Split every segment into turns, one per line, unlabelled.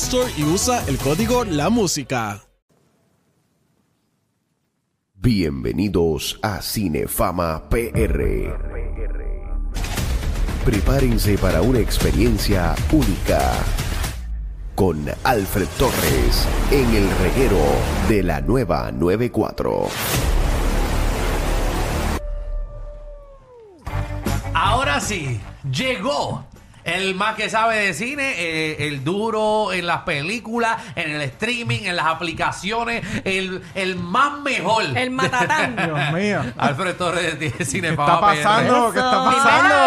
Store y usa el código La Música.
Bienvenidos a Cinefama PR. Prepárense para una experiencia única con Alfred Torres en el reguero de la nueva 94.
Ahora sí, llegó el más que sabe de cine, eh, el duro en las películas, en el streaming, en las aplicaciones, el, el más mejor.
El matatán.
Dios mío.
Alfred Torres de Cine
¿Qué está pasando? ¿Qué está
Eso.
pasando?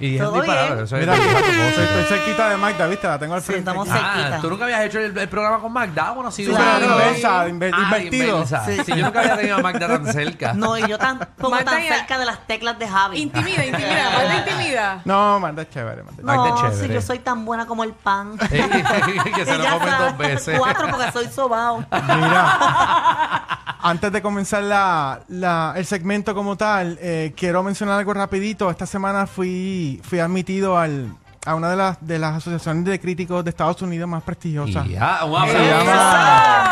Y es
Todo
disparado.
bien.
eso es-
Mira, estoy cerquita de Magda, ¿viste? La tengo al
Sí,
frente.
estamos
aquí.
Ah,
Cerquita.
tú nunca habías hecho el, el programa con Magda, bueno, sí,
Sí,
una-
pero
una-
inversa, inver-
Ah,
invertido.
inversa.
Sí.
Sí, yo nunca había tenido a Magda tan cerca.
No, y yo tampoco
Marta
tan
ya-
cerca de las teclas de Javi.
Intimida, intimida, falta intimida.
No, Magda es chévere, Magda. es
Magda es
No,
chévere.
si yo soy tan buena como el pan.
Sí, que se
Y
lo
ya
comen dos
sabes,
veces.
Cuatro porque soy sobao.
chévere. Mira. Antes de comenzar la, la- el segmento como tal, eh, quiero mencionar algo rapidito. Esta semana fui, fui admitido al, a una de las, de las asociaciones de críticos de Estados Unidos más
Y
prestigiosas.
ya, un
Se
aplauso.
llama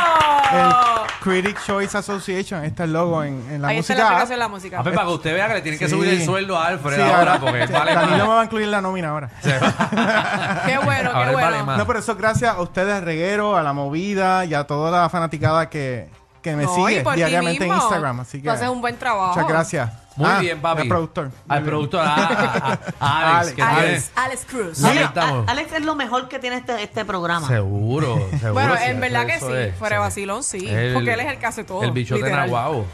el Critic Choice Association. Está el logo en, en la
Ahí está
música.
la aplicación de la música.
Ah, pues, para que usted vea que le tienen que
Sí.
subir el sueldo a Alfred
Sí,
ahora, porque vale más.
Danilo me va a incluir en la nómina ahora.
Qué bueno,
Ahora
qué
él vale
bueno.
más.
No, pero eso gracias a ustedes, Reguero, a la movida y a toda la fanaticada que, que me
No, y
sigue
por ti
diariamente en
mismo.
Instagram. Así que
Tú haces un buen trabajo.
Muchas gracias.
Muy
Ah,
bien, papi.
Al productor. Muy
Al
bien.
productor, a, a- a Alex.
Alex.
que
Alex, Alex Cruz.
tiene- Ahí
Alex,
estamos.
a- Alex es lo mejor que tiene este, este programa.
Seguro, seguro.
Bueno,
sí,
en verdad que
eso
sí,
es,
fuera
sí.
de vacilón sí,
El-
porque él es el que hace todo.
El bichote de
literal.
Nahuabo.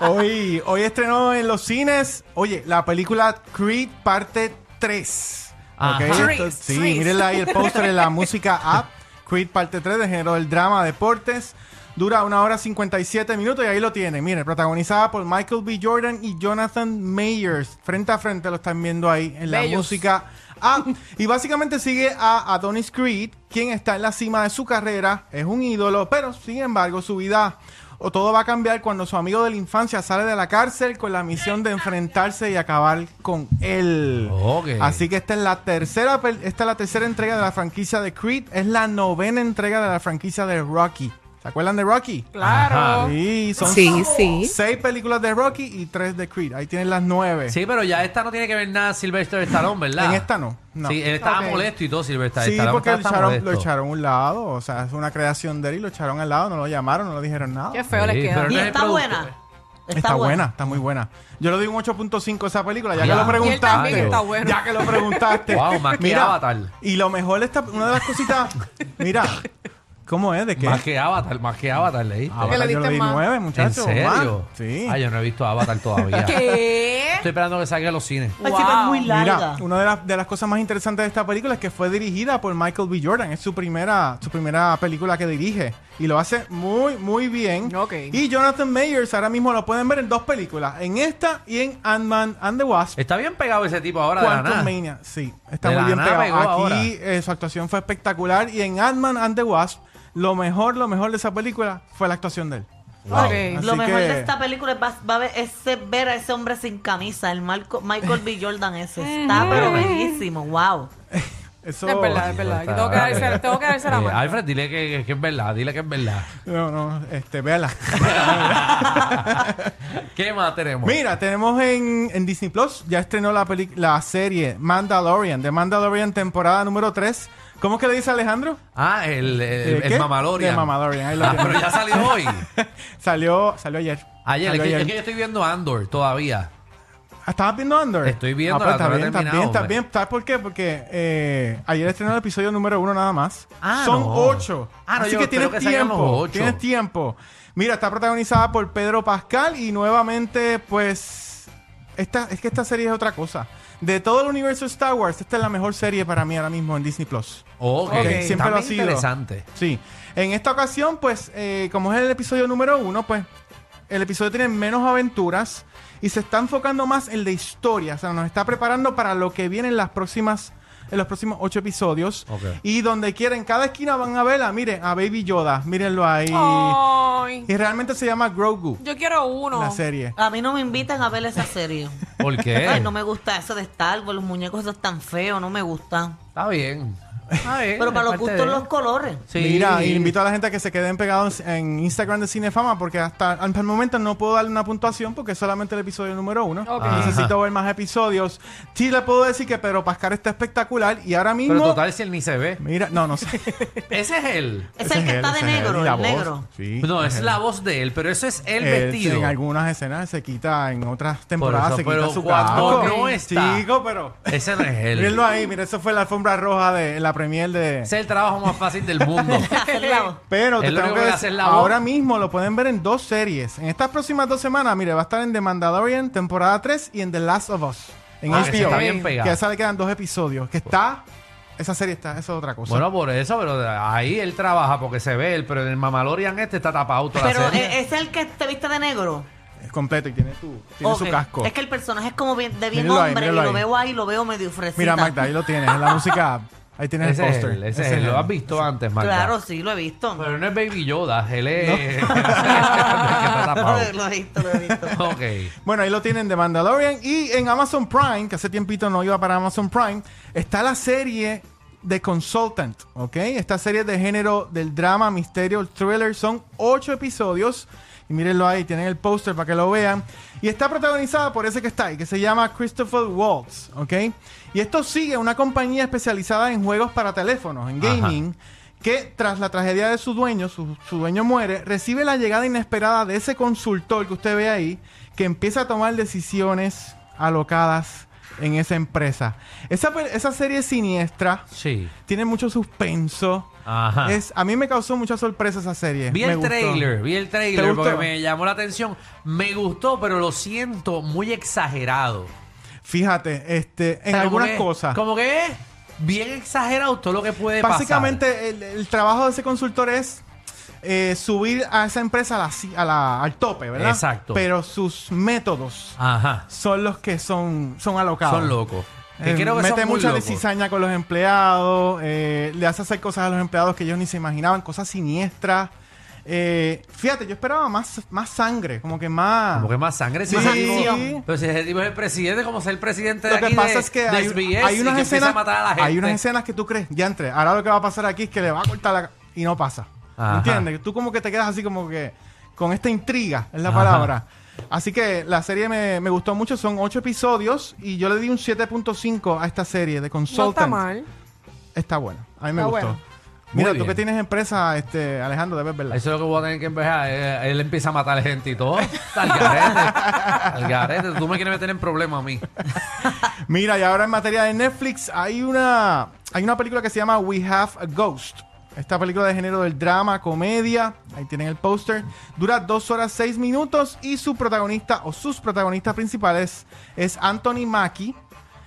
Hoy, hoy estrenó en los cines, oye, la película Creed parte 3.
Ajá.
Ok,
Creed,
esto- sí,
Creed.
mírenla ahí el póster de la música app. Creed parte 3 de género del drama deportes. Dura una hora 57 minutos y ahí lo tienen. Miren, protagonizada por Michael B. Jordan y Jonathan Mayers. Frente a frente lo están viendo ahí en la
Bellos.
música app. Y básicamente sigue a Adonis Creed, quien está en la cima de su carrera. Es un ídolo, pero sin embargo su vida o todo va a cambiar cuando su amigo de la infancia sale de la cárcel con la misión de enfrentarse y acabar con él.
Ok.
Así que esta es la tercera pel- esta es la tercera entrega de la franquicia de Creed, es la novena entrega de la franquicia de Rocky. ¿Se acuerdan de Rocky?
Claro.
Sí, son
Sí, sí.
seis películas de Rocky y tres de Creed. Ahí tienen las nueve.
Sí, pero ya esta no tiene que ver nada Sylvester Stallone, ¿verdad?
En esta no, no.
Sí, él estaba
Ok.
molesto y todo Sylvester
Sí,
Stallone.
porque lo
estaba
echaron,
molesto.
lo echaron a un lado, o sea, es una creación de él y lo echaron al lado, no lo llamaron, no le dijeron nada.
Qué feo
Sí,
le queda.
pero
y
no es el
está
productor.
buena.
Está, buena. está muy buena. Yo le doy un 8.5 a esa película, ya
Ya.
que lo
Y él también
preguntaste.
está
bueno.
Ya que lo preguntaste.
Guau, Ah. más que Avatar.
Y lo mejor está una de las cositas, mira, ¿cómo es de qué? Ah,
Más que Avatar, más que Avatar, leíste.
Avatar
le
yo
diste
le di
más.
nueve,
¿En
muchachos.
serio?
más. Sí.
Ah, yo no he visto Avatar todavía.
¿Qué?
Estoy esperando que salga a los cines.
Ay, sí, pero es muy larga.
Mira, una de las, de las cosas más interesantes de esta película es que fue dirigida por Michael B. Jordan. Es su primera, su primera película que dirige. Y lo hace muy, muy bien.
Ok.
Y Jonathan Mayers ahora mismo lo pueden ver en dos películas. En esta y en Ant-Man and the Wasp.
Está bien pegado ese tipo ahora de la
Quantum
nada.
Mania. Sí, está
De
muy
la
bien
nada pegó
pegado.
ahora.
Aquí eh, su actuación fue espectacular. Y en Ant-Man and the Wasp, lo mejor, lo mejor de esa película fue la actuación de él.
Wow.
Ok.
Así
Lo mejor
que-
de esta película es, va- va a ver, ese- ver a ese hombre sin camisa, el Marco- Michael B. Jordan ese. Está pero bellísimo, wow.
Eso.
Es verdad, es
Pues
verdad. Tengo que darse, tengo que darse la
Eh,
mano.
Alfred, dile que, que- que es verdad, dile que es verdad.
No, no, este, véala.
¿Qué más tenemos?
Mira, tenemos en, en Disney Plus, ya estrenó la, peli- la serie Mandalorian, de Mandalorian temporada número 3. ¿Cómo es que le dice Alejandro?
Ah, el,
¿De
el, el
qué?
Mamalorian.
De Mamalorian, ahí lo
Ah,
tiene.
pero ya salió hoy.
Salió, salió ayer.
Ayer, es
Salió
que, es que yo estoy viendo Andor todavía.
Ah, ¿Estabas viendo Andor?
Estoy viendo,
pero
la
está
no la he
bien, está bien,
terminado,
está
me-
bien. ¿Sabes por qué? Porque eh, ayer estrenó el episodio número uno nada más.
Ah,
Son
no.
ocho.
Ah, no,
Así
yo
que
espero
tienes
que salgan
tiempo.
los ocho.
Tienes tiempo. Mira, está protagonizada por Pedro Pascal y nuevamente, pues. Esta, es que esta serie es otra cosa. De todo el universo Star Wars, esta es la mejor serie para mí ahora mismo en Disney Plus.
Oh, Ok,
Ok,
Está
siempre lo
bien
ha sido.
interesante.
Sí. En esta ocasión, pues, eh, como es el episodio número uno, pues, el episodio tiene menos aventuras y se está enfocando más en la historia. O sea, nos está preparando para lo que viene en las próximas, en los próximos ocho episodios.
Ok.
Y donde quiera, en cada esquina van a verla. Miren, a Baby Yoda, mírenlo ahí.
Ay,
Y realmente se llama Grogu,
yo quiero uno.
la serie.
A mí no me invitan a ver esa serie.
¿Por qué?
Ay, no me gusta eso de Star Wars, los muñecos esos tan feos, no me gustan.
Está bien. Está bien.
Pero para
es
los
parte
gustos
de-
los colores.
Sí.
Mira, y invito a la gente a que se queden pegados en Instagram de Cinefama porque hasta, hasta el momento no puedo darle una puntuación porque es solamente el episodio número uno.
Ok.
Ah. Necesito ver más episodios. Sí le puedo decir que Pedro Pascal está espectacular y ahora mismo...
Pero total, si él ni se ve.
Mira, no, no sé.
Ese es él.
Es el que
él,
está de
ese es él, y
negro,
la
el
voz.
negro.
Sí.
No, es la voz de él, pero eso es el
Él,
vestido.
En algunas escenas se quita, en otras temporadas
eso,
se quita
pero
su
cuando
casco.
no está.
Chico, pero...
Ese no es él.
Mírenlo ahí, mira, eso fue la alfombra roja de en la premier de...
Ese es el trabajo más fácil del mundo.
Hacer la voz.
Pero
Es
te
lo
tengo
único que le
que decir,
hace la voz.
ahora mismo lo pueden ver en dos series. En estas próximas dos semanas, mire, va a estar en The Mandalorian, temporada 3, y en The Last of Us, en
Ah,
HBO.
esa está bien
que
pegada.
ya le quedan dos episodios. Que está... Esa serie está, eso es otra cosa.
bueno, por eso, pero ahí él trabaja porque se ve él, pero en el Mamalorian este está tapado toda
Pero
la
eh,
serie.
es el que te viste de negro.
es completo y tiene, tu, tiene
Ok.
su casco.
Es que el personaje es como bien, de bien
Mírenlo ahí,
hombre y
mírenlo
lo
ahí.
veo ahí, lo veo medio fresita.
Mira, Magda, ahí lo tienes, en la música. Ahí tienes
ese
el
es
póster.
él, ese
Ese
es él. Lo
él.
has visto antes, Marta.
eh, Claro, sí, lo he visto.
Pero no es Baby Yoda, él es... el que está tapado.
Lo he visto, lo he visto.
ok.
Bueno, ahí lo tienen de Mandalorian. Y en Amazon Prime, que hace tiempito no iba para Amazon Prime, está la serie The Consultant, ¿ok? Esta serie de género del drama, misterio, el thriller. Son ocho episodios. Y mírenlo ahí, tienen el póster para que lo vean. Y está protagonizada por ese que está ahí, que se llama Christopher Waltz, ¿ok? Y esto sigue una compañía especializada en juegos para teléfonos, en
Ajá.
gaming que tras la tragedia de su dueño, su, su dueño muere, recibe la llegada inesperada de ese consultor que usted ve ahí, que empieza a tomar decisiones alocadas en esa empresa. Esa, pe- esa serie es siniestra,
Sí.
tiene mucho suspenso.
Ajá.
Es, a mí me causó mucha sorpresa esa serie.
Vi
me
el
gustó.
trailer, vi el trailer
gustó?
porque me llamó la atención. Me gustó, pero lo siento muy exagerado.
Fíjate, este, en
O sea, como
algunas
que-
cosas.
Como que es bien exagerado todo lo que puede
Básicamente el, el trabajo de ese consultor es eh, subir a esa empresa a la ci- a la- al tope, ¿verdad?
Exacto.
Pero sus métodos
pasar. Ajá.
son los que son, son alocados.
Son locos. Que
Eh,
creo que son
mete
muy
mucha
locos.
cizaña con los empleados, eh, le hace hacer cosas a los empleados que ellos ni se imaginaban, cosas siniestras. Eh, fíjate, yo esperaba más, más sangre, como que más...
Como que más sangre.
Sí.
si ese
Sí.
tipo, pero si ese tipo es el presidente, como ser el presidente de
Lo
aquí
que pasa
de-
es que
de
hay,
SBS
hay
y que
unas
empieza
escenas,
a matar a la gente.
hay unas escenas que tú crees, ya entre, ahora lo que va a pasar aquí es que le va a cortar la... y no pasa.
Ajá.
¿Entiendes? Tú como que te quedas así como que con esta intriga, es la
Ajá.
palabra. Así que la serie me, me gustó mucho, son ocho episodios y yo le di un 7.5 a esta serie de
No está
Consultant.
mal.
Está buena. A mí me
Está
gustó.
buena.
Mira,
Muy
tú
bien.
que tienes empresa, este, Alejandro, debes verla.
Eso es lo que voy a tener que empezar. Eh, Él empieza a matar gente y todo. Al garete. Al garete. Tú me quieres meter en problemas a mí.
Mira, y ahora en materia de Netflix hay una, hay una película que se llama We Have a Ghost. Esta película de género del drama, comedia, ahí tienen el póster, dura 2 horas 6 minutos y su protagonista o sus protagonistas principales es Anthony Mackie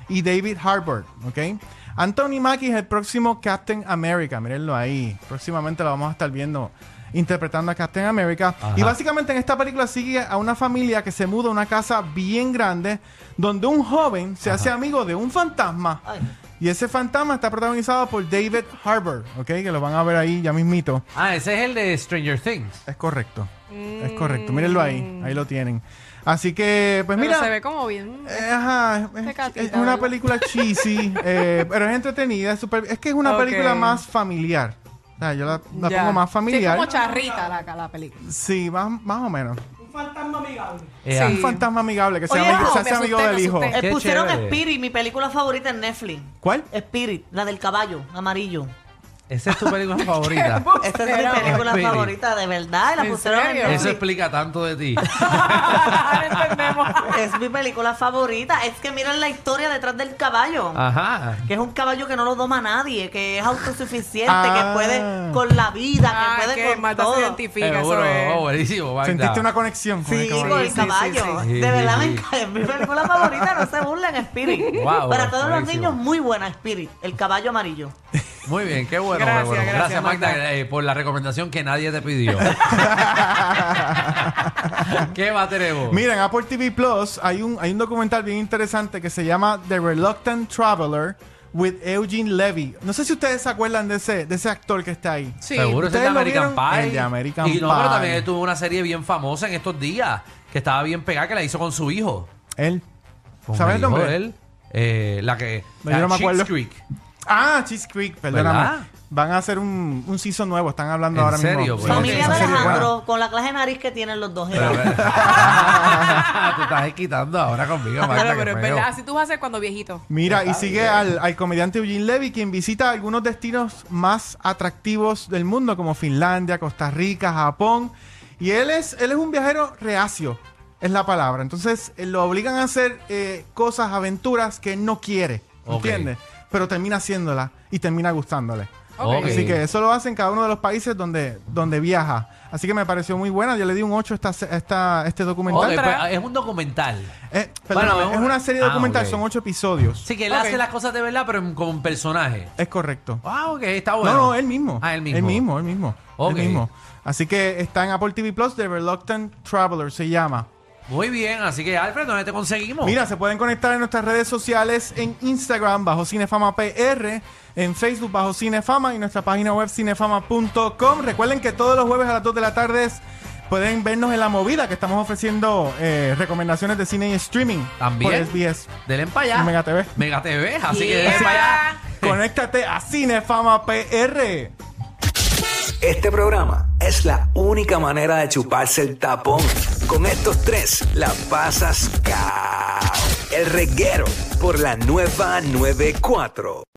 y David Harbour, ¿ok? Anthony Mackie es el próximo Captain America, mírenlo ahí, próximamente lo vamos a estar viendo interpretando a Captain America.
Ajá.
Y básicamente en esta película sigue a una familia que se muda a una casa bien grande donde un joven se hace amigo de un fantasma.
Ay.
Y ese fantasma está protagonizado por David Harbour, ¿ok? Que lo van a ver ahí ya mismito.
Ah, ese es el de Stranger Things.
Es correcto. Es correcto. Mírenlo ahí. Ahí lo tienen. Así que, pues
Pero
mira.
se ve como bien.
eh, ajá, es-
Tecatita,
es, una
¿verdad?
película cheesy, eh, pero es entretenida. Es, super- es que es una
Ok.
película más familiar. O sea, yo la, la
Ya.
pongo más familiar.
Sí, es como charrita la, la película.
Sí, más, más o menos.
Ea.
Un fantasma amigable que se,
Oye,
llama-
no,
se
me
hace
asusté,
amigo
me
del hijo.
asusté.
Eh,
Qué
pusieron
chévere.
Spirit, mi película favorita en Netflix.
¿Cuál?
Eh, Spirit, la del caballo amarillo.
Esa es tu película favorita.
Esta es mi película
Spirit.
favorita, de verdad. y la
¿En
pusieron en
serio?
Eso
Netflix.
explica tanto de ti.
Ahora entendemos.
Es mi película favorita. Es que miren la historia detrás del caballo.
Ah. Ajá.
Que es un caballo que no lo doma nadie, que es autosuficiente,
Ah.
que puede con la vida,
Ah,
que puede
que
con
Marta
todo.
se identifica.
Eh,
eso
bueno,
es.
oh, buenísimo, Magda.
Sentiste una conexión con el
Sí,
caballo.
con
Sí,
el
sí,
caballo.
sí,
sí.
De verdad
Sí,
me
sí.
encanta. Es mi película favorita, no se burlen, Spirit.
Wow,
Para todos los
buenísimo.
niños, muy buena Spirit, el caballo amarillo.
Muy bien, qué bueno.
Gracias,
qué bueno.
gracias,
Magda,
Magda.
eh, por la recomendación que nadie te pidió. ¿Qué más tenemos?
Mira, en Apple TV Plus hay un, hay un documental bien interesante que se llama The Reluctant Traveler with Eugene Levy. No sé si ustedes se acuerdan de ese, de ese actor que está ahí.
Sí.
Seguro ese es de
¿Ustedes lo
American
vieron?
Pie.
El de American
y no, pero
Pie.
también tuvo una serie bien famosa en estos días que estaba bien pegada que la hizo con su hijo.
Él.
Con
¿Sabes el
hijo
nombre?
de él. Eh, la que.
No,
la
yo no me
Schitt's
acuerdo.
Creek.
Ah, Cheese Creek, perdóname.
¿Verdad?
Van a hacer un, un season nuevo, están hablando
¿En
ahora
serio? pues?
mismo.
Bueno,
Familia
esa
de
serie es buena.
Alejandro, con la clase de nariz que tienen los dos.
Pero,
¿eh?
Te estás quitando ahora conmigo, Magda.
Claro,
qué
pero es
feo.
verdad. Así tú vas a ser cuando viejito.
Mira, y sigue al, al comediante Eugene Levy, quien visita algunos destinos más atractivos del mundo, como Finlandia, Costa Rica, Japón. Y él es, él es un viajero reacio, es la palabra. Entonces, eh, lo obligan a hacer eh, cosas, aventuras que él no quiere,
Ok.
¿entiendes? Pero termina haciéndolas y termina gustándole.
Ok.
Ok.
Así que eso lo hace en cada uno de los países donde, donde viaja. Así que me pareció muy buena. Yo le di un 8 a esta, se- a esta, a este documental.
Ok, pues, es un documental.
Eh, perdóname,
Bueno,
es una serie
ah,
documental,
ok.
son 8 episodios.
Sí, que él
Ok.
hace las cosas de verdad, pero en- con personaje.
Es correcto.
Ah, ok, está bueno.
No, no, él mismo.
Ah, él mismo.
Él mismo, él mismo.
Ok.
Él mismo. Así que está en Apple TV Plus, The Reluctant Traveler se llama.
Muy bien, así que Alfred, ¿dónde te conseguimos?
Mira, se pueden conectar en nuestras redes sociales, en Instagram bajo Cinefama PR, en Facebook bajo Cinefama y nuestra página web cinefama.com. Recuerden que todos los jueves a las 2 de la tarde es- pueden vernos en la movida que estamos ofreciendo eh, recomendaciones de cine y streaming
También.
por SBS.
Denle para allá.
Mega TV.
Mega TV, así que
Yeah.
denle para allá.
Conéctate a Cinefama PR.
Este programa es la única manera de chuparse el tapón. Con estos tres la pasas cao. El reguero por la nueva 94.